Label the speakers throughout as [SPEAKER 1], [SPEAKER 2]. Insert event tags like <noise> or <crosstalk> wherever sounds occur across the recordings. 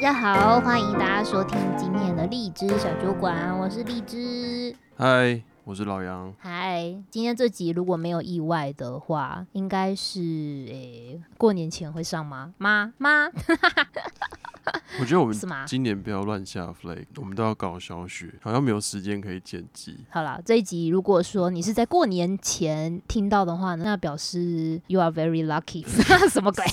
[SPEAKER 1] 家好，欢迎大家收听今天的荔枝小酒馆，我是荔枝。
[SPEAKER 2] 嗨，我是老杨。
[SPEAKER 1] 嗨，今天这集如果没有意外的话，应该是诶、过年前会上吗？妈妈，
[SPEAKER 2] 我觉得我们
[SPEAKER 1] 是吗
[SPEAKER 2] 今年不要乱下 flag，我们都要搞小雪，好像没有时间可以剪辑。
[SPEAKER 1] 好啦，这一集如果说你是在过年前听到的话呢，那表示 you are very lucky，什 <laughs> 么鬼？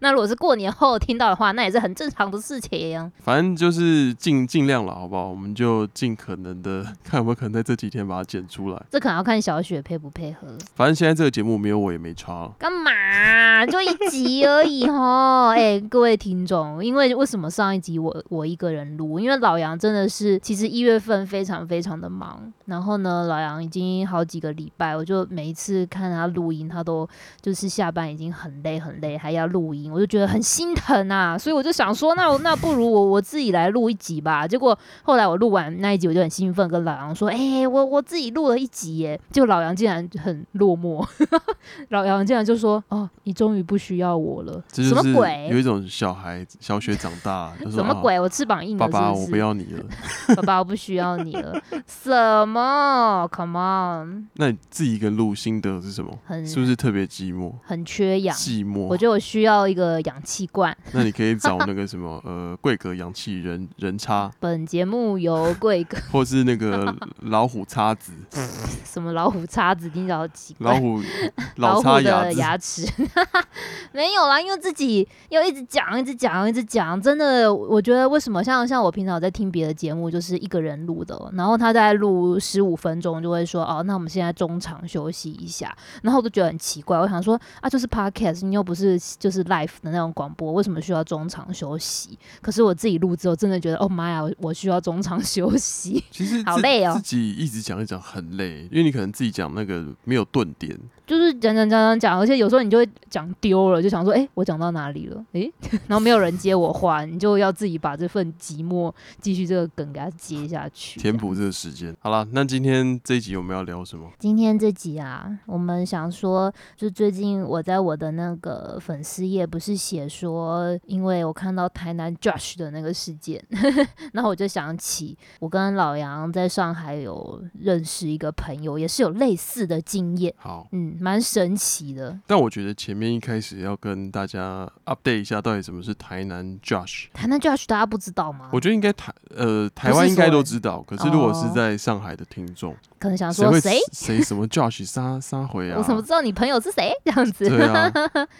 [SPEAKER 1] 那如果是过年后听到的话，那也是很正常的事情。
[SPEAKER 2] 反正就是尽尽量了，好不好？我们就尽可能的看有没有可能在这几天把它剪出来。
[SPEAKER 1] 这可能要看小雪配不配合。
[SPEAKER 2] 反正现在这个节目没有我也没差。
[SPEAKER 1] 干嘛？就一集而已 <laughs> 吼！哎、各位听众，因为为什么上一集我我一个人录？因为老杨真的是，其实一月份非常非常的忙，然后呢，老杨已经好几个礼拜，我就每一次看他录音，他都就是下班已经很累很累，还要录音，我就觉得很心疼啊，所以我就想说，那我那不如我我自己来录一集吧。结果后来我录完那一集，我就很兴奋，跟老杨说：“哎、我我自己录了一集耶！”就老杨竟然很落寞， <laughs> 老杨竟然就说：“哦，你终于不需要我了。”
[SPEAKER 2] 这
[SPEAKER 1] 什
[SPEAKER 2] 就
[SPEAKER 1] 么
[SPEAKER 2] 是有
[SPEAKER 1] 鬼？
[SPEAKER 2] 一种小孩小雪长大，
[SPEAKER 1] <laughs>
[SPEAKER 2] 就说
[SPEAKER 1] 什么
[SPEAKER 2] 啊
[SPEAKER 1] 鬼？我翅膀硬了
[SPEAKER 2] 爸
[SPEAKER 1] 是
[SPEAKER 2] 爸，
[SPEAKER 1] 不
[SPEAKER 2] 我
[SPEAKER 1] 是？
[SPEAKER 2] 不要你了。
[SPEAKER 1] 爸爸，我不需要你了。 <laughs> 什么？Come on，
[SPEAKER 2] 那你自己一个人录心得是什么？
[SPEAKER 1] 很
[SPEAKER 2] 是不是特别寂寞？
[SPEAKER 1] 很缺氧。
[SPEAKER 2] 寂
[SPEAKER 1] 嗯我
[SPEAKER 2] 寞。
[SPEAKER 1] 觉得我需要一个氧气罐。
[SPEAKER 2] 那你可以找那个什么呃，贵格氧气人人叉，
[SPEAKER 1] 本节目由贵哥 <laughs>
[SPEAKER 2] 或是那个老虎叉子。
[SPEAKER 1] 什么老虎叉子听起来好奇怪。<laughs>
[SPEAKER 2] 老虎
[SPEAKER 1] 老
[SPEAKER 2] 老
[SPEAKER 1] 虎
[SPEAKER 2] 插牙
[SPEAKER 1] 的
[SPEAKER 2] 子，
[SPEAKER 1] 牙齿， <laughs> 没有啦，因为自己要一直讲，一直讲，一直讲，真的，我觉得为什么像像我平常有在听别的节目，就是一个人录的哦，然后他在录十五分钟就会说，哦，那我们现在中场休息一下，然后我就觉得很奇怪，我想说啊，就是 podcast，你又不是就是 live 的那种广播，为什么需要中场休息？可是我自己录之后，真的觉得，哦妈呀，我我需要中场 <laughs> 休息，
[SPEAKER 2] 其实
[SPEAKER 1] 好
[SPEAKER 2] 自
[SPEAKER 1] 累哦
[SPEAKER 2] 自己一直讲一讲很累，因为你可能自己讲那个没有顿点，
[SPEAKER 1] 就是讲讲讲讲讲，而且有时候你就会讲丢了，就想说，哎、我讲到哪里了？哎、 <laughs> 然后没有人接我话，你就要自己把这份寂寞继续这个梗给它接下去。
[SPEAKER 2] 填补这个时间。好了，那今天这一集我们要聊什么？
[SPEAKER 1] 今天这集啊，我们想说，就最近我在我的那个粉丝页不是写说，因为我看到台南 Josh 的那个事件， <laughs> 然后我就想起我跟老杨在上海有认识一个朋友，也是有类似的经验，
[SPEAKER 2] 好，
[SPEAKER 1] 嗯，蛮神奇的。
[SPEAKER 2] 但我觉得前面一开始要跟大家 update 一下，到底什么是台南 Josh。
[SPEAKER 1] 台南 Josh 大家不知道吗？
[SPEAKER 2] 我觉得应该台呃台湾应该都知道，可是如果是
[SPEAKER 1] 哦
[SPEAKER 2] 在上海的听众，
[SPEAKER 1] 可能想
[SPEAKER 2] 谁
[SPEAKER 1] 说
[SPEAKER 2] 会
[SPEAKER 1] 谁？
[SPEAKER 2] <laughs> 谁什么 Josh 杀杀回啊？
[SPEAKER 1] 我怎么知道你朋友是谁？ <laughs> 这样子。
[SPEAKER 2] 对啊，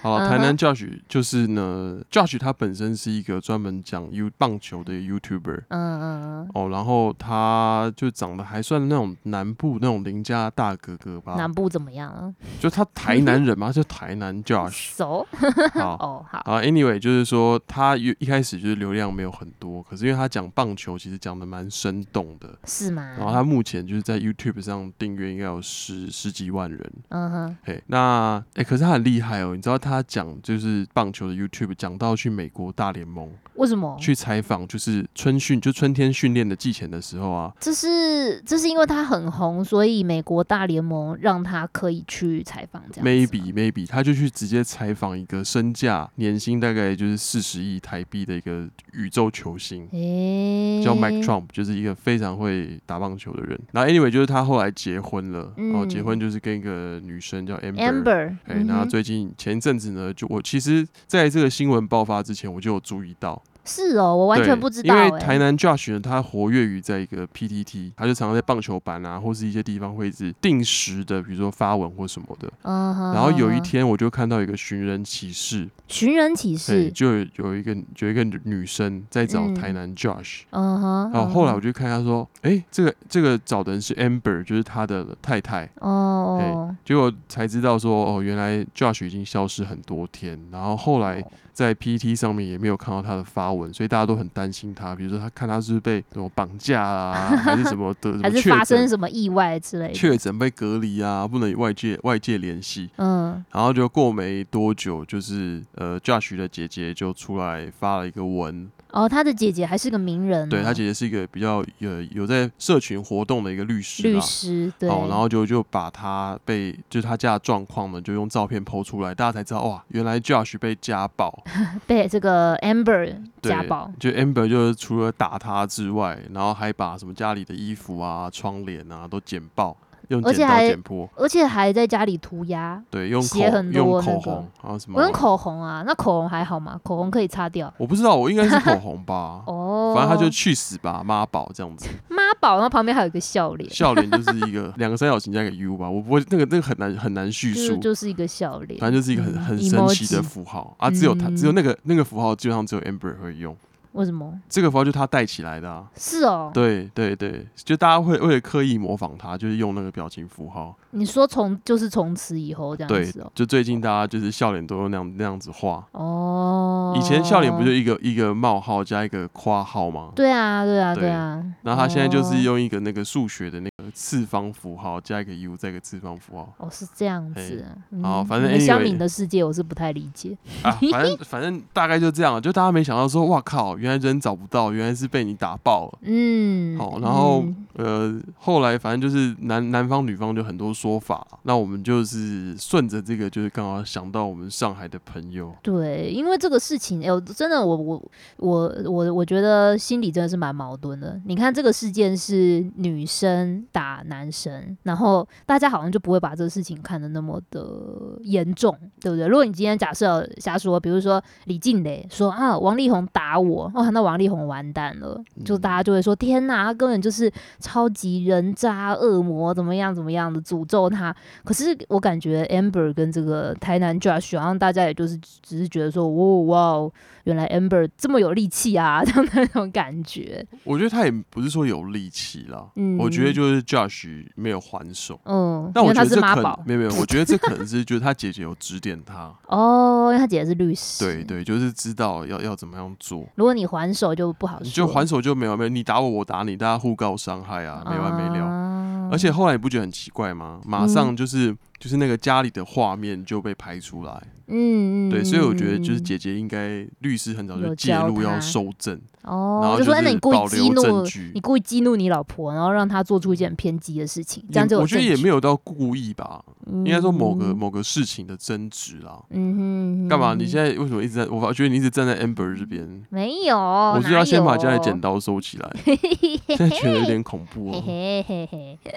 [SPEAKER 2] 好了，台
[SPEAKER 1] 嗯哼
[SPEAKER 2] 南 Josh 就是呢，Josh 他本身是一个专门讲 U 棒球的 YouTuber，
[SPEAKER 1] 嗯嗯
[SPEAKER 2] 哦，然后他就长得还算那种南部那种邻家大哥哥
[SPEAKER 1] 嗯，
[SPEAKER 2] 吧
[SPEAKER 1] 南，部怎么样？
[SPEAKER 2] 就他台南人嘛，就台南
[SPEAKER 1] <laughs>
[SPEAKER 2] Josh。
[SPEAKER 1] 熟
[SPEAKER 2] 好，
[SPEAKER 1] 哦，好，
[SPEAKER 2] 好，anyway，就是说他一一开始就是流量没有很多，可是因为他讲棒球，其实讲的蛮生动的。
[SPEAKER 1] 是吗？
[SPEAKER 2] 然后他目前就是在 YouTube 上订阅应该有十十几万人，
[SPEAKER 1] 嗯哼，
[SPEAKER 2] 嘿，那哎、可是他很厉害哦，你知道他讲就是棒球的 YouTube 讲到去美国大联盟
[SPEAKER 1] 为什么？
[SPEAKER 2] 去采访，就是春训就春天训练的季前的时候啊，
[SPEAKER 1] 这是这是因为他很红，所以美国大联盟让他可以去采访这样子吗。啊
[SPEAKER 2] maybe maybe，他就去直接采访一个身价年薪大概就是四十亿台币的一个宇宙球星。
[SPEAKER 1] 诶，
[SPEAKER 2] 叫 Mike Trump，就是一个非常会打棒球的人。然后 anyway，就是他后来结婚了，然后结
[SPEAKER 1] 嗯
[SPEAKER 2] 婚就是跟一个女生叫 Amber。
[SPEAKER 1] Amber，
[SPEAKER 2] 哎、
[SPEAKER 1] 嗯
[SPEAKER 2] 那
[SPEAKER 1] 哼
[SPEAKER 2] 最近前一阵子呢，就我其实在这个新闻爆发之前，我就有注意到，
[SPEAKER 1] 是哦，我完
[SPEAKER 2] 对
[SPEAKER 1] 全不知道
[SPEAKER 2] 因为台
[SPEAKER 1] 哎。
[SPEAKER 2] 南 Josh 呢，他活跃于在一个 PTT，他就常常在棒球版啊，或是一些地方会一直定时的，比如说发文或什么的。
[SPEAKER 1] 嗯哼，
[SPEAKER 2] 然后有一
[SPEAKER 1] 嗯哼
[SPEAKER 2] 天，我就看到一个寻人启事，
[SPEAKER 1] 寻人启
[SPEAKER 2] 对，
[SPEAKER 1] 事，
[SPEAKER 2] 就有有一个有一个女生在找
[SPEAKER 1] 嗯
[SPEAKER 2] 台南 Josh，、
[SPEAKER 1] 嗯哼，
[SPEAKER 2] 然
[SPEAKER 1] 嗯
[SPEAKER 2] 后哦后来我
[SPEAKER 1] 哼
[SPEAKER 2] 就看她说，哎、这个这个找的人是 Amber，就是她的太太，
[SPEAKER 1] 哦，
[SPEAKER 2] 结果才知道说，哦，原来 Josh 已经消失很多天，然后后来
[SPEAKER 1] 哦
[SPEAKER 2] 在 PT 上面也没有看到他的发文，所以大家都很担心他，比如说他看他是不是被什么绑架啊，还是什么
[SPEAKER 1] <laughs>
[SPEAKER 2] 得什
[SPEAKER 1] 还
[SPEAKER 2] 么
[SPEAKER 1] 是
[SPEAKER 2] 确
[SPEAKER 1] 发生
[SPEAKER 2] 诊，
[SPEAKER 1] 什么意外之类的。
[SPEAKER 2] 确诊被隔离啊，不能与外界外界联系。
[SPEAKER 1] 嗯，
[SPEAKER 2] 然后就过没多久，就是呃，Josh 的姐姐就出来发了一个文，
[SPEAKER 1] 哦，他的姐姐还是个名人哦、
[SPEAKER 2] 对他姐姐是一个比较有有在社群活动的一个律师
[SPEAKER 1] 律
[SPEAKER 2] 啦。
[SPEAKER 1] 师，对，
[SPEAKER 2] 哦，然后就就把他被就是他家的状况呢，就用照片剖出来，大家才知道哇，原来 Josh 被家暴，
[SPEAKER 1] 被这个 Amber
[SPEAKER 2] 对
[SPEAKER 1] 家暴，
[SPEAKER 2] 就 Amber 就是除了打他之外，然后还把什么家里的衣服啊、窗帘啊都剪爆，用
[SPEAKER 1] 而且
[SPEAKER 2] 剪刀
[SPEAKER 1] 还
[SPEAKER 2] 剪破，
[SPEAKER 1] 而且还在家里涂鸦。
[SPEAKER 2] 对，用口
[SPEAKER 1] 写很多
[SPEAKER 2] 用
[SPEAKER 1] 那
[SPEAKER 2] 口
[SPEAKER 1] 个
[SPEAKER 2] 红，然后什么
[SPEAKER 1] 我用口红啊，那口红还好吗？口红可以擦掉。
[SPEAKER 2] 我不知道，我应该是口红吧
[SPEAKER 1] <laughs> 哦。
[SPEAKER 2] 反正他就去死吧，妈宝这样子，
[SPEAKER 1] 妈宝，然后旁边还有一个笑脸，
[SPEAKER 2] 笑脸就是一个两个三角形加一个 U 吧，我不会那个那个很难很难叙
[SPEAKER 1] 就是
[SPEAKER 2] 述，
[SPEAKER 1] 就是一个笑脸。
[SPEAKER 2] 反正就是一个很
[SPEAKER 1] 嗯
[SPEAKER 2] 很神奇
[SPEAKER 1] emoji
[SPEAKER 2] 的
[SPEAKER 1] 嗯
[SPEAKER 2] 符号啊，只有他只有那个那个符号基本上只有 Amber 会用，
[SPEAKER 1] 为什么？
[SPEAKER 2] 这个符号就是他带起来的啊，
[SPEAKER 1] 是哦，
[SPEAKER 2] 对对对，就大家会为了刻意模仿他，就是用那个表情符号，
[SPEAKER 1] 你说从就是从此以后这样
[SPEAKER 2] 对
[SPEAKER 1] 子哦，，
[SPEAKER 2] 就最近大家就是笑脸都用那样那样子画，
[SPEAKER 1] 哦，
[SPEAKER 2] 以前笑脸不就一个一个冒号加一个括号吗？
[SPEAKER 1] 对啊，对啊，
[SPEAKER 2] 对
[SPEAKER 1] 对啊。
[SPEAKER 2] 然后他现在就
[SPEAKER 1] 哦
[SPEAKER 2] 是用一个那个数学的那个次方符号加一个 u 再一个次方
[SPEAKER 1] <laughs>
[SPEAKER 2] 符号
[SPEAKER 1] 哦，是这样
[SPEAKER 2] 嘿
[SPEAKER 1] 子。
[SPEAKER 2] 好
[SPEAKER 1] 嗯
[SPEAKER 2] 反正
[SPEAKER 1] 你们乡
[SPEAKER 2] anyway
[SPEAKER 1] 民的世界我是不太理解。
[SPEAKER 2] 啊，反正反正大概就这样，就大家没想到说，哇靠，原来人找不到，原来是被你打爆了。
[SPEAKER 1] 嗯，
[SPEAKER 2] 好，然后
[SPEAKER 1] 嗯
[SPEAKER 2] 呃，后来反正就是男男方女方就很多说法，那我们就是顺着这个，就是刚好想到我们上海的朋友，
[SPEAKER 1] 对，因为这个事情，哎、我真的我我我我我觉得心里真的是蛮矛盾的。你看这个事件是女生打男生，然后大家好像就不会把这个事情看得那么的严重，对不对？如果你今天假设瞎说，比如说李静蕾说啊王力宏打我，哦，那王力宏完蛋了，就
[SPEAKER 2] 嗯
[SPEAKER 1] 大家就会说天哪，他根本就是超级人渣恶魔，怎么样怎么样的诅咒他。可是我感觉 Amber 跟这个台南 Josh，好像大家也就是只是觉得说，哇哇哦，原来 Amber 这么有力气啊，这样的那种感觉。
[SPEAKER 2] 我觉得他也不是说有力气啦，
[SPEAKER 1] 嗯
[SPEAKER 2] 我觉得就是 Josh 没有还手。
[SPEAKER 1] 嗯，
[SPEAKER 2] 但
[SPEAKER 1] 因
[SPEAKER 2] 我
[SPEAKER 1] 为
[SPEAKER 2] 觉
[SPEAKER 1] 他
[SPEAKER 2] 得
[SPEAKER 1] 是
[SPEAKER 2] 这
[SPEAKER 1] 妈
[SPEAKER 2] 可能
[SPEAKER 1] 宝
[SPEAKER 2] 没有没有，我觉得这
[SPEAKER 1] <laughs>
[SPEAKER 2] 可能是就是他姐姐有指点他，
[SPEAKER 1] 哦，因为他姐姐是律师。
[SPEAKER 2] 对，对，就是知道要要怎么样做。
[SPEAKER 1] 如果你还手就不好说，
[SPEAKER 2] 你就还手就没完没了，你打我，我打你，大家互告伤害啊，没完没了。
[SPEAKER 1] 啊嗯
[SPEAKER 2] 而且后来你不觉得很奇怪吗？马上就是、就是那个家里的画面就被拍出来，
[SPEAKER 1] 嗯，嗯
[SPEAKER 2] 对，所以我觉得就是
[SPEAKER 1] 嗯
[SPEAKER 2] 姐姐应该律师很早就
[SPEAKER 1] 有
[SPEAKER 2] 介
[SPEAKER 1] 教
[SPEAKER 2] 入要
[SPEAKER 1] 她
[SPEAKER 2] 收证，
[SPEAKER 1] 哦，
[SPEAKER 2] 然后
[SPEAKER 1] 就说哎那
[SPEAKER 2] 是
[SPEAKER 1] 你故
[SPEAKER 2] 保
[SPEAKER 1] 意激
[SPEAKER 2] 留证
[SPEAKER 1] 怒
[SPEAKER 2] 据
[SPEAKER 1] 你。故意激怒你老婆，然后让她做出一件很偏激的事情，这样
[SPEAKER 2] 也
[SPEAKER 1] 就有
[SPEAKER 2] 嗯我觉得
[SPEAKER 1] 证
[SPEAKER 2] 也
[SPEAKER 1] 据
[SPEAKER 2] 没有到故意吧，应该说某个
[SPEAKER 1] 嗯
[SPEAKER 2] 某个事情的争执啦。
[SPEAKER 1] 嗯哼，
[SPEAKER 2] 干嘛？你
[SPEAKER 1] 嗯
[SPEAKER 2] 现在为什么一直在？我发觉得你一直站在 Amber 这边，
[SPEAKER 1] 没有？啊我
[SPEAKER 2] 我是要先把家里剪刀收起
[SPEAKER 1] <laughs>
[SPEAKER 2] 来。现在觉得有点恐怖
[SPEAKER 1] 嘿
[SPEAKER 2] 哦，
[SPEAKER 1] 嘿嘿嘿，
[SPEAKER 2] <laughs>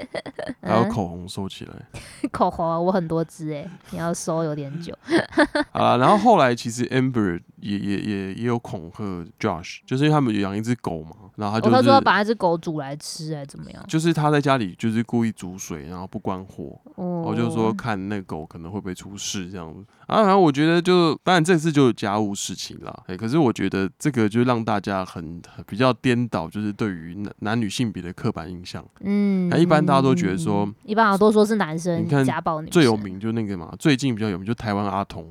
[SPEAKER 2] 还有
[SPEAKER 1] 嗯
[SPEAKER 2] 口红收起来。
[SPEAKER 1] 口红啊我很多支哎、你要收有点久。
[SPEAKER 2] 啊好啦，然后后来其实 Amber 也也也也有恐吓 Josh，就是因为他们有养一只狗嘛，然后他
[SPEAKER 1] 我他
[SPEAKER 2] 就
[SPEAKER 1] 说要
[SPEAKER 2] 是
[SPEAKER 1] 把那只狗煮来吃还是怎么样？
[SPEAKER 2] 就是他在家里就是故意煮水，然后不关火，
[SPEAKER 1] 哦
[SPEAKER 2] 我就说看那狗可能会不会出事这样子啊。然后我觉得就当然这次就有家务事情啦，哎，可是我觉得这个就让大家很很比较颠倒，就是对于男男女性别的刻板印象。
[SPEAKER 1] 嗯
[SPEAKER 2] 那一般大家都觉得说
[SPEAKER 1] 嗯一般好像都说是男生
[SPEAKER 2] 你看
[SPEAKER 1] 家暴女生
[SPEAKER 2] 最有名就那个嘛，最近比较有名就台湾阿童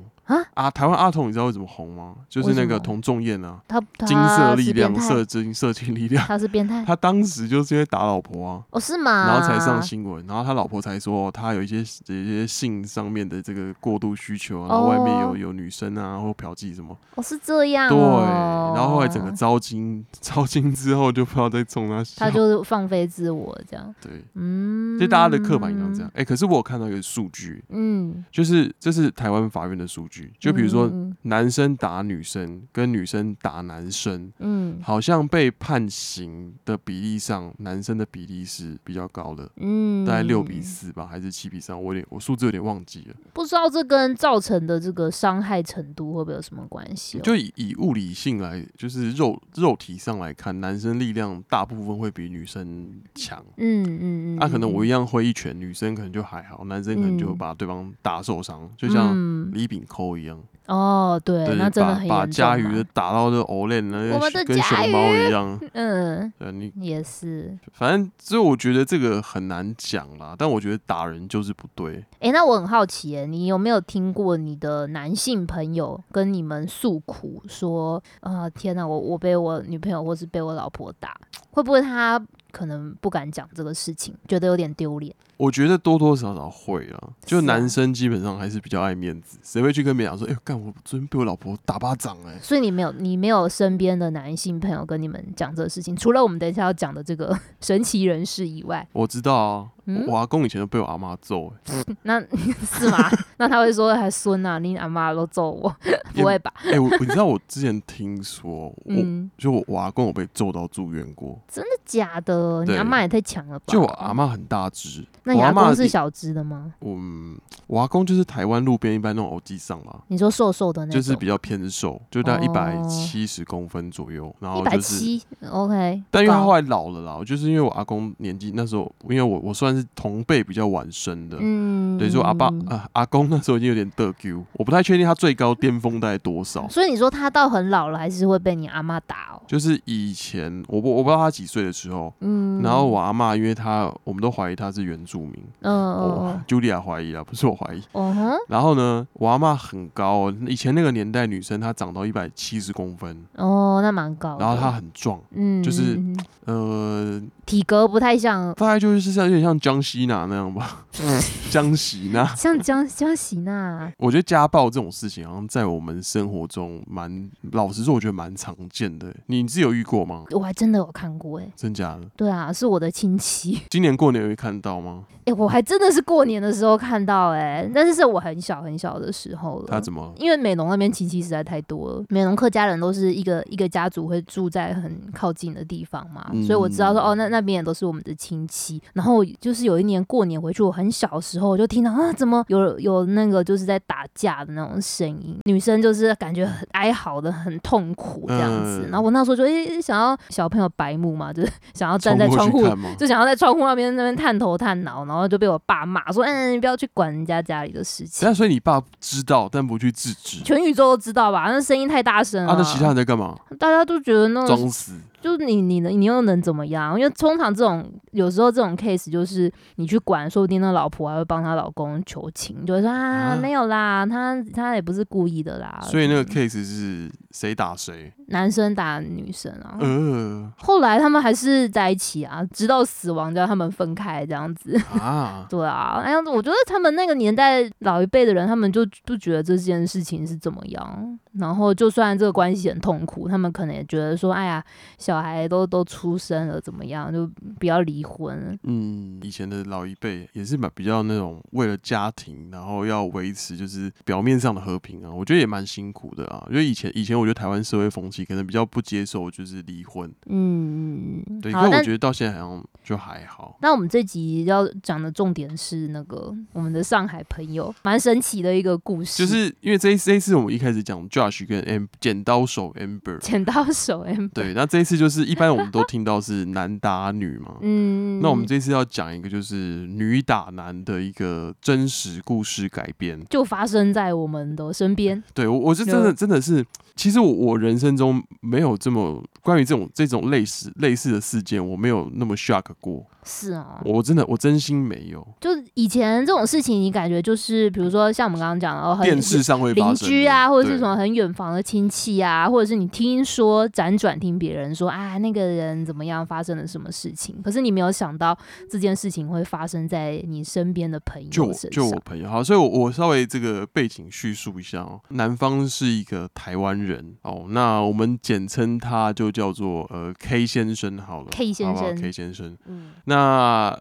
[SPEAKER 1] 啊
[SPEAKER 2] 台湾阿童你知道为什么红吗？就是那
[SPEAKER 1] 为什
[SPEAKER 2] 个
[SPEAKER 1] 么
[SPEAKER 2] 童仲彦啊，
[SPEAKER 1] 他
[SPEAKER 2] 金色力量、
[SPEAKER 1] 他是
[SPEAKER 2] 射
[SPEAKER 1] 变态
[SPEAKER 2] 精、射精
[SPEAKER 1] <laughs>
[SPEAKER 2] 力量。
[SPEAKER 1] 他是变态
[SPEAKER 2] 他当时就是因为打老婆啊，
[SPEAKER 1] 哦是吗？
[SPEAKER 2] 然后才上新闻，然后他老婆才说他有一些有一些性上面的这个过度需求啊，然后外面有
[SPEAKER 1] 哦
[SPEAKER 2] 有女生啊或嫖妓什么，
[SPEAKER 1] 哦是这样
[SPEAKER 2] 对，
[SPEAKER 1] 哦、
[SPEAKER 2] 然后后来整个招金招金之后就不知道在冲他笑
[SPEAKER 1] 他，就是放飞自我这样，
[SPEAKER 2] 对，
[SPEAKER 1] 嗯，
[SPEAKER 2] 就大家的刻板印象这样。，哎，可是我有看到一个数据，
[SPEAKER 1] 嗯，
[SPEAKER 2] 就是这是台湾法院的数据，就比如说
[SPEAKER 1] 嗯
[SPEAKER 2] 男生打女生跟女生打男生，
[SPEAKER 1] 嗯
[SPEAKER 2] 好像被判刑的比例上，男生的比例是比较高的，
[SPEAKER 1] 嗯，
[SPEAKER 2] 大概六比四吧，还是七比三？我有点我数字有点忘记了。
[SPEAKER 1] 不知道这跟造成的这个伤害程度会不会有什么关系、哦？
[SPEAKER 2] 就以以物理性来，就是肉肉体上来看，男生力量大部分会比女生强。啊
[SPEAKER 1] 嗯嗯嗯，
[SPEAKER 2] 那、可能我一
[SPEAKER 1] 一
[SPEAKER 2] 样挥一拳，女生可能就还好，男生可能就
[SPEAKER 1] 嗯
[SPEAKER 2] 把对方打受伤，就像
[SPEAKER 1] 嗯、
[SPEAKER 2] 李炳抠一样，
[SPEAKER 1] 哦，对，
[SPEAKER 2] 对，
[SPEAKER 1] 那真的
[SPEAKER 2] 把
[SPEAKER 1] 很
[SPEAKER 2] 把
[SPEAKER 1] 严重啊
[SPEAKER 2] 嘉
[SPEAKER 1] 嘛
[SPEAKER 2] 瑜打到这欧链，那
[SPEAKER 1] 我们的
[SPEAKER 2] 跟
[SPEAKER 1] 嘉
[SPEAKER 2] 熊猫一样。
[SPEAKER 1] 嗯，
[SPEAKER 2] 对你
[SPEAKER 1] 也是。
[SPEAKER 2] 反正，所以我觉得这个很难讲啦。但我觉得打人就是不对。
[SPEAKER 1] 诶，那我很好奇耶，你有没有听过你的男性朋友跟你们诉苦说，啊、天哪，我我被我女朋友或是被我老婆打，会不会他可能不敢讲这个事情，觉得有点丢脸？
[SPEAKER 2] 我觉得多多少少会啊，就男生基本上还是比较爱面子，谁会去跟别人讲说，哎、呦，干我昨天被我老婆打巴掌哎、
[SPEAKER 1] 所以你没有，你没有身边的男性朋友跟你们讲这个事情，除了我们等一下要讲的这个神奇人士以外，
[SPEAKER 2] 我知道啊，
[SPEAKER 1] 嗯
[SPEAKER 2] 我阿公以前都被我阿妈揍、欸，
[SPEAKER 1] 那是吗？那他会说：“还孙啊，你阿妈都揍我， <laughs> 不会吧
[SPEAKER 2] 哎、我你知道我之前
[SPEAKER 1] <laughs>
[SPEAKER 2] 听说，？”我
[SPEAKER 1] 嗯，
[SPEAKER 2] 就我我阿公有被揍到住院过，
[SPEAKER 1] 真的假的？你
[SPEAKER 2] 对
[SPEAKER 1] 阿妈也太强了吧？
[SPEAKER 2] 就我阿，妈很大只，
[SPEAKER 1] 那你
[SPEAKER 2] 我
[SPEAKER 1] 阿
[SPEAKER 2] 阿嬷
[SPEAKER 1] 公
[SPEAKER 2] 的
[SPEAKER 1] 是
[SPEAKER 2] 弟
[SPEAKER 1] 小只的吗？
[SPEAKER 2] 嗯，我阿公就是台湾路边一般那种偶机上嘛，
[SPEAKER 1] 你说瘦瘦的那种，
[SPEAKER 2] 就是比较偏瘦，就大概一百
[SPEAKER 1] 哦
[SPEAKER 2] 七十公分左右，然
[SPEAKER 1] 一
[SPEAKER 2] 后
[SPEAKER 1] 百
[SPEAKER 2] 就是。
[SPEAKER 1] 七，OK。
[SPEAKER 2] 但因为他后
[SPEAKER 1] 高
[SPEAKER 2] 来老了啦，就是因为我阿公年纪那时候，因为我我算是同辈比较晚生的，
[SPEAKER 1] 嗯，
[SPEAKER 2] 等于说阿爸
[SPEAKER 1] 嗯
[SPEAKER 2] 啊阿公那时候已经有点得 Q，我不太确定他最高巅峰大概多少。
[SPEAKER 1] 所以你说他到很老了，还是会被你阿妈打哦？
[SPEAKER 2] 就是以前我不我不知道他几岁的时候，
[SPEAKER 1] 嗯，
[SPEAKER 2] 然后我阿嬷因为他我们都怀疑他是原住民，
[SPEAKER 1] 嗯，
[SPEAKER 2] 我
[SPEAKER 1] 嗯
[SPEAKER 2] Julia 怀疑啦， <laughs> 不是我怀疑。
[SPEAKER 1] 嗯嗯哼，
[SPEAKER 2] 然后呢，我阿嬷很高、哦，以前那个年代女生她长到一百七十公分，
[SPEAKER 1] 哦，那蛮高的。
[SPEAKER 2] 然后她很壮，
[SPEAKER 1] 嗯，
[SPEAKER 2] 就是
[SPEAKER 1] 嗯嗯嗯
[SPEAKER 2] 呃，
[SPEAKER 1] 体格不太像，
[SPEAKER 2] 大概就是像有点像江西娜那样吧， <laughs> 江西娜。
[SPEAKER 1] 像江江喜娜，
[SPEAKER 2] 我觉得家暴这种事情，好像在我们生活中蛮，老实说，我觉得蛮常见的。欸你自己有遇过吗？
[SPEAKER 1] 我还真的有看过哎、
[SPEAKER 2] 真假的？
[SPEAKER 1] 对啊，是我的亲戚。 <laughs>
[SPEAKER 2] 今年过年有看到吗？
[SPEAKER 1] 哎、我还真的是过年的时候看到哎、但是是我很小很小的时候
[SPEAKER 2] 他
[SPEAKER 1] 了。
[SPEAKER 2] 怎么？
[SPEAKER 1] 因为美浓那边亲戚实在太多了，美浓客家人都是一个一个家族会住在很靠近的地方嘛，
[SPEAKER 2] 嗯
[SPEAKER 1] 所以我知道说哦，那那边也都是我们的亲戚。然后就是有一年过年回去，我很小的时候我就听到啊，怎么有有那个就是在打架的那种声音，女生就是感觉很哀嚎的很痛苦这样子。
[SPEAKER 2] 嗯
[SPEAKER 1] 然后我那时候就诶、想要小朋友白目嘛，就是 <laughs> 想要站在
[SPEAKER 2] 冲
[SPEAKER 1] 窗
[SPEAKER 2] 过
[SPEAKER 1] 户
[SPEAKER 2] 去看吗？
[SPEAKER 1] 就想要在窗户那边那边探头探脑，然后就被我爸骂说：“嗯，你不要去管人家家里的事情。
[SPEAKER 2] 但所以你爸知道，但不去制”止。
[SPEAKER 1] 全宇宙都知道吧？那声音太大声了、
[SPEAKER 2] 啊，那其他人在干嘛？
[SPEAKER 1] 大家都觉得那种
[SPEAKER 2] 装死。
[SPEAKER 1] 就是你你能你又能怎么样？因为通常这种有时候这种 case 就是你去管，说不定那老婆还会帮她老公求情，就会说啊
[SPEAKER 2] 啊
[SPEAKER 1] 没有啦，他他也不是故意的啦。
[SPEAKER 2] 所以那个 case 是谁打谁？
[SPEAKER 1] 男生打女生啊，
[SPEAKER 2] 呃 <laughs>
[SPEAKER 1] 后来他们还是在一起啊，直到死亡，叫他们分开这样子。
[SPEAKER 2] 啊，
[SPEAKER 1] 对啊，哎呀，我觉得他们那个年代老一辈的人，他们就不觉得这件事情是怎么样。然后，就算这个关系很痛苦，他们可能也觉得说，哎呀，小孩都都出生了，怎么样，就不要离婚。
[SPEAKER 2] 嗯，以前的老一辈也是蛮比较那种为了家庭，然后要维持就是表面上的和平啊，我觉得也蛮辛苦的啊。因为以前以前我觉得台湾社会风气可能比较不接受就是离婚，
[SPEAKER 1] 嗯，
[SPEAKER 2] 对，
[SPEAKER 1] 好，
[SPEAKER 2] 可是我
[SPEAKER 1] 但
[SPEAKER 2] 觉得到现在好像就还好。
[SPEAKER 1] 那我们这集要讲的重点是那个我们的上海朋友，蛮神奇的一个故事，
[SPEAKER 2] 就是因为这一这一次我们一开始讲 Josh 跟 M 剪刀手 Amber，
[SPEAKER 1] 剪刀手 M。
[SPEAKER 2] 对，那这一次就是一般我们都听到是男打女嘛，
[SPEAKER 1] 嗯，
[SPEAKER 2] 那我们这次要讲一个就是女打男的一个真实故事改编。
[SPEAKER 1] 就发生在我们的身边。
[SPEAKER 2] 对我，我是真的
[SPEAKER 1] 有
[SPEAKER 2] 真的是，其实我我人生中没有这么关于这种这种类似类似的事件，我没有那么 shock 过。
[SPEAKER 1] 是哦，
[SPEAKER 2] 我真的我真心没有，
[SPEAKER 1] 就是以前这种事情，你感觉就是，比如说像我们刚刚讲的，哦，很
[SPEAKER 2] 电视上会发
[SPEAKER 1] 邻
[SPEAKER 2] 生
[SPEAKER 1] 居
[SPEAKER 2] 的
[SPEAKER 1] 啊，或者是
[SPEAKER 2] 对
[SPEAKER 1] 什么很远房的亲戚啊，或者是你听说辗转听别人说啊，那个人怎么样发生了什么事情，可是你没有想到这件事情会发生在你身边的朋
[SPEAKER 2] 就
[SPEAKER 1] 友
[SPEAKER 2] 我
[SPEAKER 1] 身
[SPEAKER 2] 就我
[SPEAKER 1] 上。
[SPEAKER 2] 朋友，好，所以我我稍微这个背景叙述一下哦。男方是一个台湾人哦，那我们简称他就叫做呃 K 先生好了
[SPEAKER 1] K 先
[SPEAKER 2] 好不好
[SPEAKER 1] 生
[SPEAKER 2] K 先生。
[SPEAKER 1] 嗯，
[SPEAKER 2] 那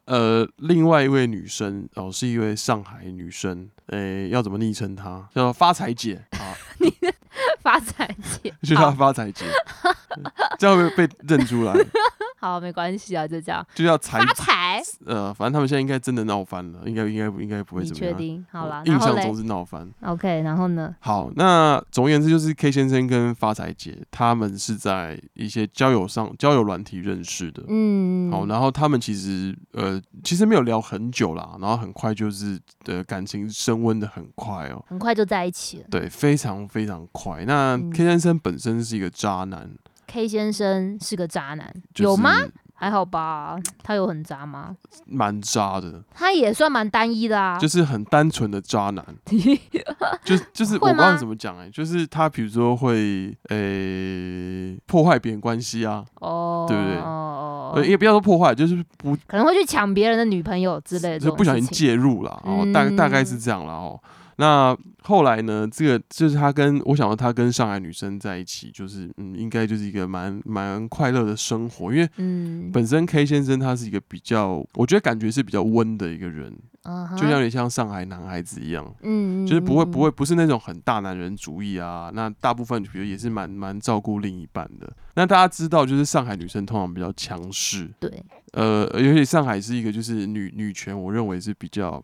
[SPEAKER 2] 呃，另外一位女生哦，是一位上海女生，诶、要怎么昵称她？叫发财姐
[SPEAKER 1] <laughs>
[SPEAKER 2] 啊，
[SPEAKER 1] <laughs> 发财姐，
[SPEAKER 2] 就叫她发财姐， <laughs> 这样会不会被认出来，
[SPEAKER 1] 好，没关系啊，就这样。
[SPEAKER 2] 就叫财
[SPEAKER 1] 发财，
[SPEAKER 2] 呃，反正他们现在应该真的闹翻了，应该应该应该不会
[SPEAKER 1] 你
[SPEAKER 2] 怎么
[SPEAKER 1] 确
[SPEAKER 2] 样。
[SPEAKER 1] 定？好
[SPEAKER 2] 我
[SPEAKER 1] 啦，然
[SPEAKER 2] 印
[SPEAKER 1] 后
[SPEAKER 2] 象
[SPEAKER 1] 嘞
[SPEAKER 2] 中是闹翻。
[SPEAKER 1] ，OK，然后呢？
[SPEAKER 2] 好，那总而言之就是 K 先生跟发财姐他们是在一些交友上交友软体认识的。
[SPEAKER 1] 嗯，
[SPEAKER 2] 好，然后他们其实呃其实没有聊很久啦，然后很快就是呃感情升温的很快哦。
[SPEAKER 1] 很快就在一起了。
[SPEAKER 2] 对，非常非常快。那
[SPEAKER 1] 嗯
[SPEAKER 2] K 先生本身是一个渣男，
[SPEAKER 1] K 先生是个渣男，
[SPEAKER 2] 就是、
[SPEAKER 1] 有吗？？还好吧？他有很渣吗？
[SPEAKER 2] 蛮渣的，
[SPEAKER 1] 他也算蛮单一的啊。
[SPEAKER 2] 就是很单纯的渣男。就就是我
[SPEAKER 1] 会
[SPEAKER 2] 不知道
[SPEAKER 1] 吗
[SPEAKER 2] 怎么讲哎、就是他比如说会诶、破坏别人关系啊，
[SPEAKER 1] <laughs> 哦，
[SPEAKER 2] 对不对
[SPEAKER 1] 哦
[SPEAKER 2] 呃，也不要说破坏，就是不
[SPEAKER 1] 可能会去抢别人的女朋友之类的这
[SPEAKER 2] 就
[SPEAKER 1] 种
[SPEAKER 2] 不小心
[SPEAKER 1] 事情
[SPEAKER 2] 介入啦，哦，大大概是
[SPEAKER 1] 嗯
[SPEAKER 2] 这样啦哦。那后来呢？这个就是他跟我想到他跟上海女生在一起，就是嗯，应该就是一个蛮蛮快乐的生活，因为
[SPEAKER 1] 嗯，
[SPEAKER 2] 本身 K 先生他是一个比较，我觉得感觉是比较温的一个人，
[SPEAKER 1] 嗯
[SPEAKER 2] 就
[SPEAKER 1] 哼
[SPEAKER 2] 有点像上海男孩子一样，
[SPEAKER 1] 嗯，
[SPEAKER 2] 就是不会
[SPEAKER 1] 嗯
[SPEAKER 2] 不会不是那种很大男人主义啊。那大部分比如也是蛮蛮照顾另一半的。那大家知道，就是上海女生通常比较强势，
[SPEAKER 1] 对，
[SPEAKER 2] 呃，尤其上海是一个就是女女权，我认为是比较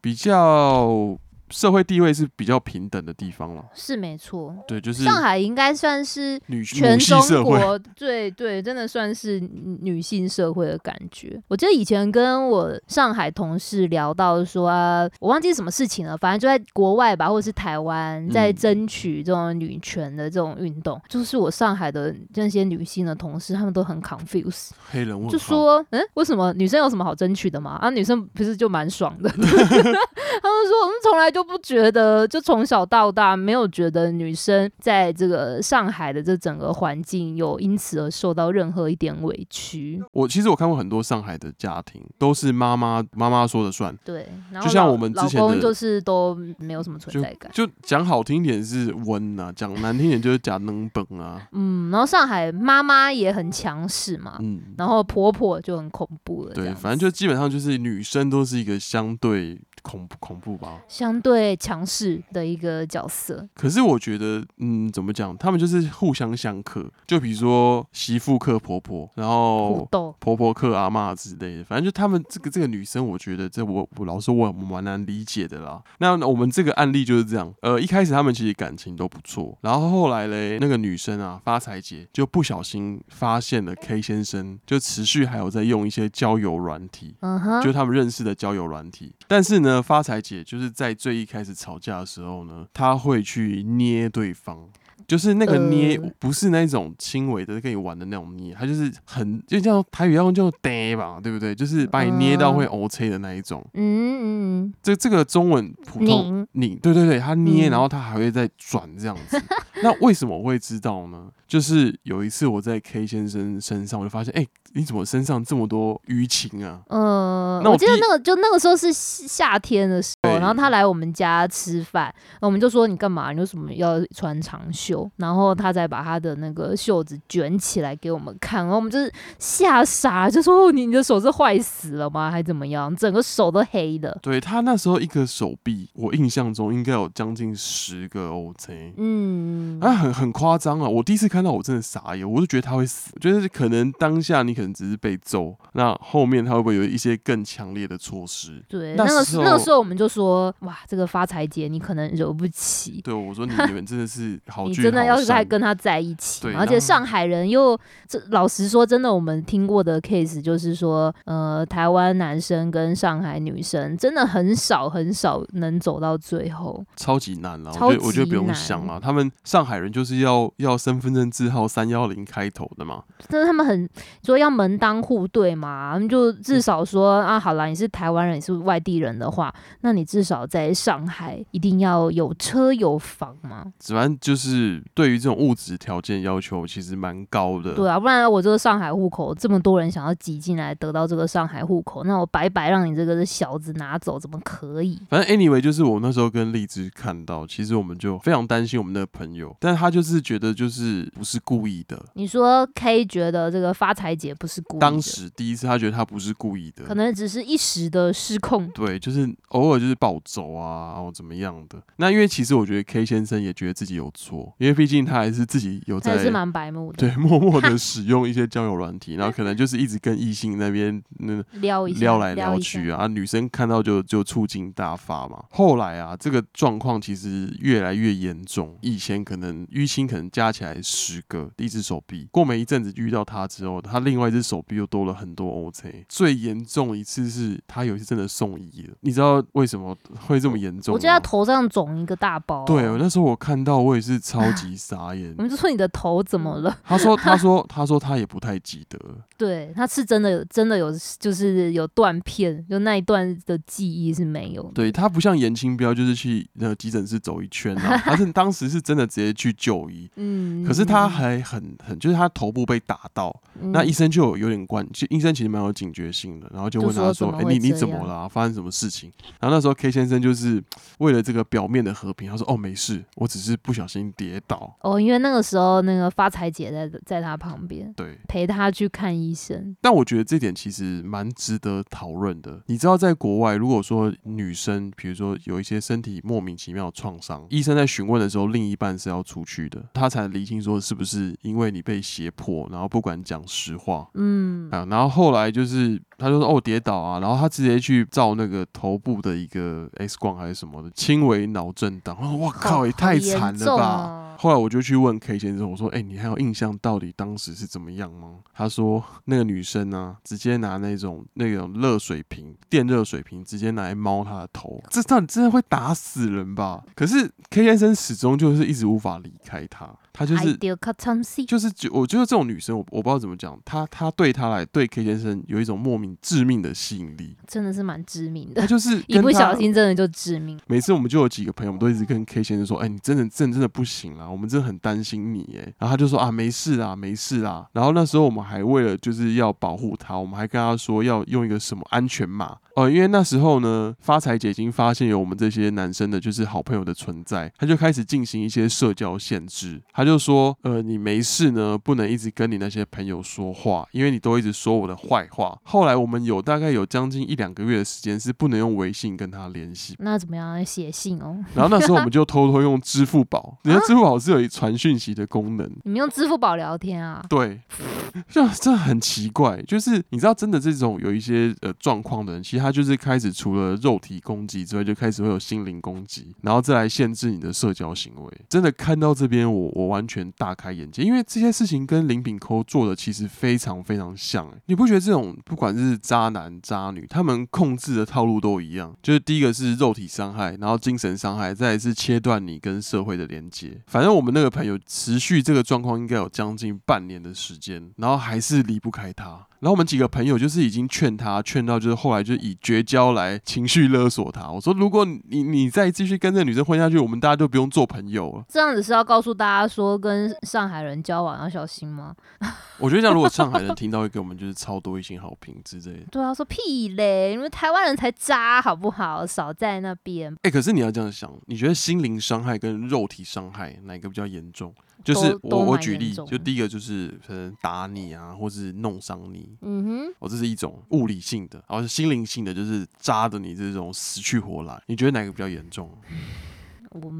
[SPEAKER 2] 比较社会地位是比较平等的地方了。
[SPEAKER 1] 是没错。
[SPEAKER 2] 对，就是
[SPEAKER 1] 上海应该算是
[SPEAKER 2] 女女
[SPEAKER 1] 全
[SPEAKER 2] 系
[SPEAKER 1] 中
[SPEAKER 2] 社会，
[SPEAKER 1] 国对对，真的算是女性社会的感觉。我记得以前跟我上海同事聊到说、啊，我忘记什么事情了，反正就在国外吧，或者是台湾，在
[SPEAKER 2] 嗯
[SPEAKER 1] 争取这种女权的这种运动。就是我上海的那些女性的同事，她们都很 confused，
[SPEAKER 2] 黑人问
[SPEAKER 1] 就
[SPEAKER 2] 号
[SPEAKER 1] 说，嗯，为什么女生有什么好争取的嘛？啊，女生不是就蛮爽的？他 <laughs> 们说，我们从来就不觉得，就从小到大没有觉得女生在这个上海的这整个环境有因此而受到任何一点委屈。
[SPEAKER 2] 我其实我看过很多上海的家庭，都是妈妈妈妈说了算，
[SPEAKER 1] 对，然后
[SPEAKER 2] 就像
[SPEAKER 1] 老
[SPEAKER 2] 我们之前
[SPEAKER 1] 老
[SPEAKER 2] 的
[SPEAKER 1] 公就是都没有什么存在感。
[SPEAKER 2] 就讲好听点是温啊，讲难听点就是假能本啊，
[SPEAKER 1] 嗯，然后上海妈妈也很强势嘛，
[SPEAKER 2] 嗯，
[SPEAKER 1] 然后婆婆就很恐怖了啊这
[SPEAKER 2] 对，
[SPEAKER 1] 样子。
[SPEAKER 2] 反正就基本上就是女生都是一个相对恐怖恐怖吧。
[SPEAKER 1] 相对强势的一个角色。
[SPEAKER 2] 可是我觉得，嗯，怎么讲，他们就是互相相克，就比如说媳妇克婆婆，然
[SPEAKER 1] 互
[SPEAKER 2] 后。
[SPEAKER 1] 动，
[SPEAKER 2] 婆婆克阿嬷之类的，反正就他们这个这个女生，我觉得这我我老实说我很蛮难理解的啦。那我们这个案例就是这样，呃，一开始他们其实感情都不错，然后后来嘞，那个女生啊发财姐就不小心发现了 K 先生，就持续还有在用一些交友软体，
[SPEAKER 1] 嗯哼，
[SPEAKER 2] 就是他们认识的交友软体。但是呢，发财姐就是在最一开始吵架的时候呢，她会去捏对方。就是那个捏，
[SPEAKER 1] 呃
[SPEAKER 2] 不是那种轻微的跟你玩的那种捏，她就是很就叫台语要用叫“呆”吧，对不对？就是把你捏到会 O C 的那一种。
[SPEAKER 1] 嗯嗯。
[SPEAKER 2] 这这个中文普通
[SPEAKER 1] 拧
[SPEAKER 2] 拧，对对对，他捏，
[SPEAKER 1] 嗯
[SPEAKER 2] 然后他还会再转这样子。那为什么我会知道呢？就是有一次我在 K 先生身上，我就发现，哎、你怎么身上这么多淤青啊？
[SPEAKER 1] 呃，
[SPEAKER 2] 那我
[SPEAKER 1] 我记得
[SPEAKER 2] 第一
[SPEAKER 1] 那个就那个时候是夏夏天的时候，
[SPEAKER 2] 对
[SPEAKER 1] 然后他来我们家吃饭，然后我们就说你干嘛？你为什么要穿长袖？然后他才把他的那个袖子卷起来给我们看，然后我们就是吓傻，就说哦你你的手是坏死了吗？还怎么样？整个手都黑的。
[SPEAKER 2] 对他那时候一个手臂，我印象中应该有将近十个 OJ，
[SPEAKER 1] 嗯，
[SPEAKER 2] 啊，很很夸张啊！我第一次看到，我真的傻眼，我就觉得他会死，就是可能当下你可能只是被揍，那后面他会不会有一些更强烈的措施？
[SPEAKER 1] 对，
[SPEAKER 2] 那
[SPEAKER 1] 那个
[SPEAKER 2] 时
[SPEAKER 1] 那个
[SPEAKER 2] 候
[SPEAKER 1] 时候我们就说哇，这个发财姐你可能惹不起，
[SPEAKER 2] 对，
[SPEAKER 1] <laughs>
[SPEAKER 2] 我说你你们真的是好
[SPEAKER 1] 你
[SPEAKER 2] 聚
[SPEAKER 1] 真的
[SPEAKER 2] 好
[SPEAKER 1] 要是
[SPEAKER 2] 散
[SPEAKER 1] 还跟他在一起
[SPEAKER 2] 对
[SPEAKER 1] 嘛，
[SPEAKER 2] 然
[SPEAKER 1] 而且
[SPEAKER 2] 后
[SPEAKER 1] 上海人又这老实说，真的我们听过的 case 就是说，呃，台湾男生跟上海女生真的很少很少能走到最后。
[SPEAKER 2] 超级难了，
[SPEAKER 1] 超
[SPEAKER 2] 我觉得我觉得
[SPEAKER 1] 级
[SPEAKER 2] 不用
[SPEAKER 1] 难
[SPEAKER 2] 想了，他们上海人就是要要身份证字号三幺零开头的嘛，
[SPEAKER 1] 但是他们很说要门当户对嘛，他们就
[SPEAKER 2] 嗯
[SPEAKER 1] 至少说啊，好啦，你是台湾人，你是外地人的话，那你至少在上海一定要有车有房嘛，
[SPEAKER 2] 反正就是对于这种物质条件要求其实蛮高的，
[SPEAKER 1] 对啊，不然我这个上海户口这么多人想要挤进来得到这个上海户口，那我白白让你这个小子拿走，怎么可以？
[SPEAKER 2] 反正 anyway，就是我那时候跟荔枝看到，其实我们就非常担心我们那个朋友，但他就是觉得就是不是故意的。
[SPEAKER 1] 你说 K 觉得这个发财姐不是故意的，
[SPEAKER 2] 当时第一次他觉得他不是故意
[SPEAKER 1] 可
[SPEAKER 2] 的，
[SPEAKER 1] 能只是一时的失控。
[SPEAKER 2] 对，就是偶尔就是暴走啊，然后怎么样的。那因为其实我觉得 K 先生也觉得自己有错，因为毕竟他还是自己有
[SPEAKER 1] 他
[SPEAKER 2] 在
[SPEAKER 1] 也是蛮白目的，
[SPEAKER 2] 对默
[SPEAKER 1] <laughs>
[SPEAKER 2] 默的使用一些交友软体，然后可能就是一直跟异性那边那
[SPEAKER 1] 撩一下，
[SPEAKER 2] 撩来撩
[SPEAKER 1] 一
[SPEAKER 2] 去
[SPEAKER 1] 下，
[SPEAKER 2] 啊，啊女生看到就就醋劲大发嘛。后来啊，这个状况其实越来越严重，以前可能淤青可能加起来十个，一只手臂，过没一阵子遇到他之后，他另外一只手臂又多了很多 OJ。最严重一次是他有一次真的送医了，你知道为什么么会这么严重、啊？
[SPEAKER 1] 我觉得他头上肿一个大包。啊
[SPEAKER 2] 对，我那时候我看到我也是超级傻眼
[SPEAKER 1] <laughs> 我。们就说你的头怎么了？ <laughs>
[SPEAKER 2] 他说，他说，他说他也不太记得了，
[SPEAKER 1] 对，他是真的有真的有，就是有断片，就那一段的记忆是没有的。
[SPEAKER 2] 对他不像严清标，就是去呃急诊室走一圈啊，
[SPEAKER 1] <laughs>
[SPEAKER 2] 他是当时是真的直接去就医，
[SPEAKER 1] 嗯，
[SPEAKER 2] 可是他还很很，就是他头部被打到，
[SPEAKER 1] 嗯
[SPEAKER 2] 那医生就有有点关，其实医生其实蛮有警觉性的，然后就问他
[SPEAKER 1] 就说
[SPEAKER 2] 说：“
[SPEAKER 1] 怎么
[SPEAKER 2] 哎、
[SPEAKER 1] 会
[SPEAKER 2] 你你
[SPEAKER 1] 这
[SPEAKER 2] 怎么
[SPEAKER 1] 样
[SPEAKER 2] 了啊、发生什么事情？”然后那时候 K 先生就是为了这个表面的和平，他说：“哦，没事，我只是不小心跌倒。
[SPEAKER 1] 哦，因为那个时候那个发财姐在在他旁边”
[SPEAKER 2] 对，
[SPEAKER 1] 陪他去看医生，
[SPEAKER 2] 但我觉得这点其实蛮值得讨论的。你知道，在国外，如果说女生，比如说有一些身体莫名其妙的创伤，医生在询问的时候，另一半是要出去的，他才厘清说是不是因为你被胁迫，然后不管讲实话，
[SPEAKER 1] 嗯，
[SPEAKER 2] 啊，然后后来就是他就说哦跌倒啊，然后他直接去照那个头部的一个 X 光还是什么的，轻微脑震荡。我说哇靠，也太惨了吧！
[SPEAKER 1] 吧。
[SPEAKER 2] 后来我就去问 K 先生，我说：“哎、你还有印象到底当时是怎么样吗？”他说：“那个女生呢、直接拿那种那种热水瓶、电热水瓶，直接拿来猫他的头，这到底真的会打死人吧？”可是 K 先生始终就是一直无法离开他，他就
[SPEAKER 1] 就是是就
[SPEAKER 2] 就是觉我觉得这种女生，我我不知道怎么讲，她她对她来对 K 先生有一种莫名致命的吸引力，
[SPEAKER 1] 真的是蛮致命
[SPEAKER 2] 她
[SPEAKER 1] 的，
[SPEAKER 2] 就是
[SPEAKER 1] 一
[SPEAKER 2] 跟
[SPEAKER 1] 不
[SPEAKER 2] 她
[SPEAKER 1] 小。心真的就致命。
[SPEAKER 2] 每次我们就有几个朋友，我们都一直跟 K 先生说：“哎、你真的真的真的不行啦，我们真的很担心你。”哎，然后他就说：“啊，没事啦，没事啦。”然后那时候我们还为了就是要保护他，我们还跟他说要用一个什么安全码哦、因为那时候呢，发财姐已经发现有我们这些男生的就是好朋友的存在，她就开始进行一些社交限制。她就说：“呃，你没事呢，不能一直跟你那些朋友说话，因为你都一直说我的坏话。”后来我们有大概有将近一两个月的时间是不能用微信跟他联系
[SPEAKER 1] 那怎么样？写信哦，
[SPEAKER 2] <laughs> 然后那时候我们就偷偷用支付宝，人家支付宝是有一传讯息的功能。
[SPEAKER 1] 你们用支付宝聊天啊？
[SPEAKER 2] 对， <laughs> 就这很奇怪，就是你知道，真的这种有一些呃状况的人，其实他就是开始除了肉体攻击之外，就开始会有心灵攻击，然后再来限制你的社交行为。真的看到这边我，我完全大开眼界，因为这些事情跟林炳抠做的其实非常非常像、欸。你不觉得这种不管是渣男渣女，他们控制的套路都一样，就是第一个是肉体伤害，然后精神伤害，再来是切断你跟社会的连接。反正我们那个朋友持续这个状况应该有将近半年的时间，然后还是离不开他。然后我们几个朋友就是已经劝他，劝到就是后来就以绝交来情绪勒索他。我说，如果你你再继续跟这个女生混下去，我们大家就不用做朋友了。
[SPEAKER 1] 这样子是要告诉大家说跟上海人交往要小心吗？
[SPEAKER 2] 我觉得这样，如果上海人听到会给我们就是超多一星好评之类的。
[SPEAKER 1] 对啊，说屁嘞，你们台湾人才渣好不好？少在那边，
[SPEAKER 2] 哎、可是你要这样想，你觉得心灵伤害跟肉体伤害哪一个比较严重？就是
[SPEAKER 1] 都
[SPEAKER 2] 我
[SPEAKER 1] 都
[SPEAKER 2] 我
[SPEAKER 1] 蛮
[SPEAKER 2] 举
[SPEAKER 1] 严
[SPEAKER 2] 例，
[SPEAKER 1] 重
[SPEAKER 2] 就
[SPEAKER 1] 的
[SPEAKER 2] 第一个就是可能打你啊，或是弄伤你，
[SPEAKER 1] 嗯哼，
[SPEAKER 2] 哦，这是一种物理性的，然后心灵性的就是扎的你这种死去活来。你觉得哪个比较严重？
[SPEAKER 1] 我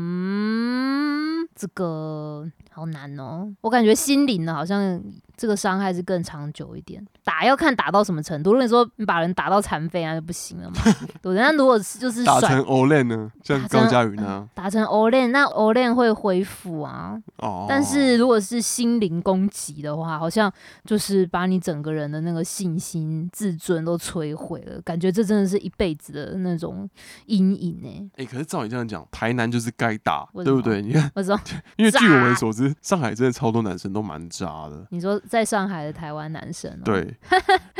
[SPEAKER 1] 嗯，这个好难哦，我感觉心灵的好像这个伤害是更长久一点，打要看打到什么程度。如果你说你把人打到残废啊，就不行
[SPEAKER 2] <laughs>
[SPEAKER 1] 了嘛。对，那如果是就是
[SPEAKER 2] 打
[SPEAKER 1] 甩
[SPEAKER 2] 成 Olen 呢？像
[SPEAKER 1] 打
[SPEAKER 2] 高
[SPEAKER 1] 成嗯
[SPEAKER 2] 佳宇呢？
[SPEAKER 1] 打成 o l e n 那 o l e n 会恢复啊。
[SPEAKER 2] 哦，
[SPEAKER 1] 但是如果是心灵攻击的话，好像就是把你整个人的那个信心、自尊都摧毁了，感觉这真的是一辈子的那种阴影哎、
[SPEAKER 2] 哎、可是照你这样讲，台南就是该打，
[SPEAKER 1] 为
[SPEAKER 2] 对不
[SPEAKER 1] 什么
[SPEAKER 2] 对？你看，
[SPEAKER 1] 我说，
[SPEAKER 2] 因为据我们
[SPEAKER 1] 渣
[SPEAKER 2] 所知，上海真的超多男生都蛮渣的。
[SPEAKER 1] 你说在上海的台湾男生、哦，，
[SPEAKER 2] 对，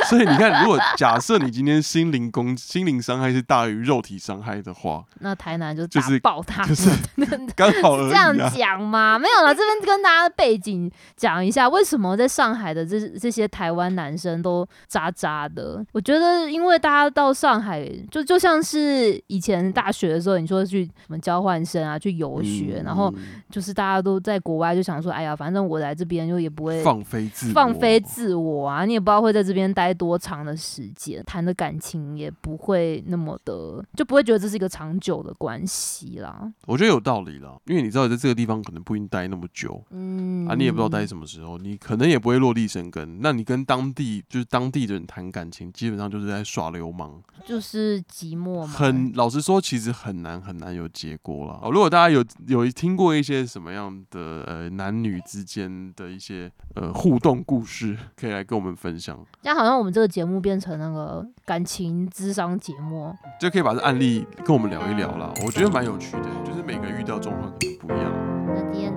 [SPEAKER 2] 所以你看，如果假设你今天心灵攻心灵伤害是大于肉体伤害的话，
[SPEAKER 1] 那台南就
[SPEAKER 2] 就
[SPEAKER 1] 打
[SPEAKER 2] 是
[SPEAKER 1] 爆他，
[SPEAKER 2] 就是 <laughs> 刚好而
[SPEAKER 1] 这
[SPEAKER 2] 已
[SPEAKER 1] 样
[SPEAKER 2] 啊。
[SPEAKER 1] 讲吗？没有了，这边跟大家背景讲一下，为什么在上海的这这些台湾男生都渣渣的？我觉得，因为大家到上海，就就像是以前大学的时候，你说去什么交换生啊，去游学，
[SPEAKER 2] 嗯
[SPEAKER 1] 然后就是大家都在国外，就想说，哎呀，反正我来这边就也不会。
[SPEAKER 2] 放飞自
[SPEAKER 1] 呃放
[SPEAKER 2] 我
[SPEAKER 1] 飞自我啊，你也不知道会在这边待多长的时间，谈的感情也不会那么的，就不会觉得这是一个长久的关系啦。
[SPEAKER 2] 我觉得有道理啦，因为你知道，在这个地方可能不一定待那么久。
[SPEAKER 1] 嗯，
[SPEAKER 2] 啊，你也不知道待什么时候，你可能也不会落地生根。那你跟当地就是当地的人谈感情，基本上就是在耍流氓，
[SPEAKER 1] 嗯就是寂寞嘛，
[SPEAKER 2] 很老实说，其实很难很难有结果啦。哦、如果大家有有听过一些什么样的呃男女之间的一些呃互动故事，可以来跟我们分享，
[SPEAKER 1] 这样好像我们这个节目变成那个感情智商节目。哦
[SPEAKER 2] 就可以把这案例跟我们聊一聊啦。我觉得蛮有趣的，就是每个人遇到状况可能不一样。
[SPEAKER 1] 那今天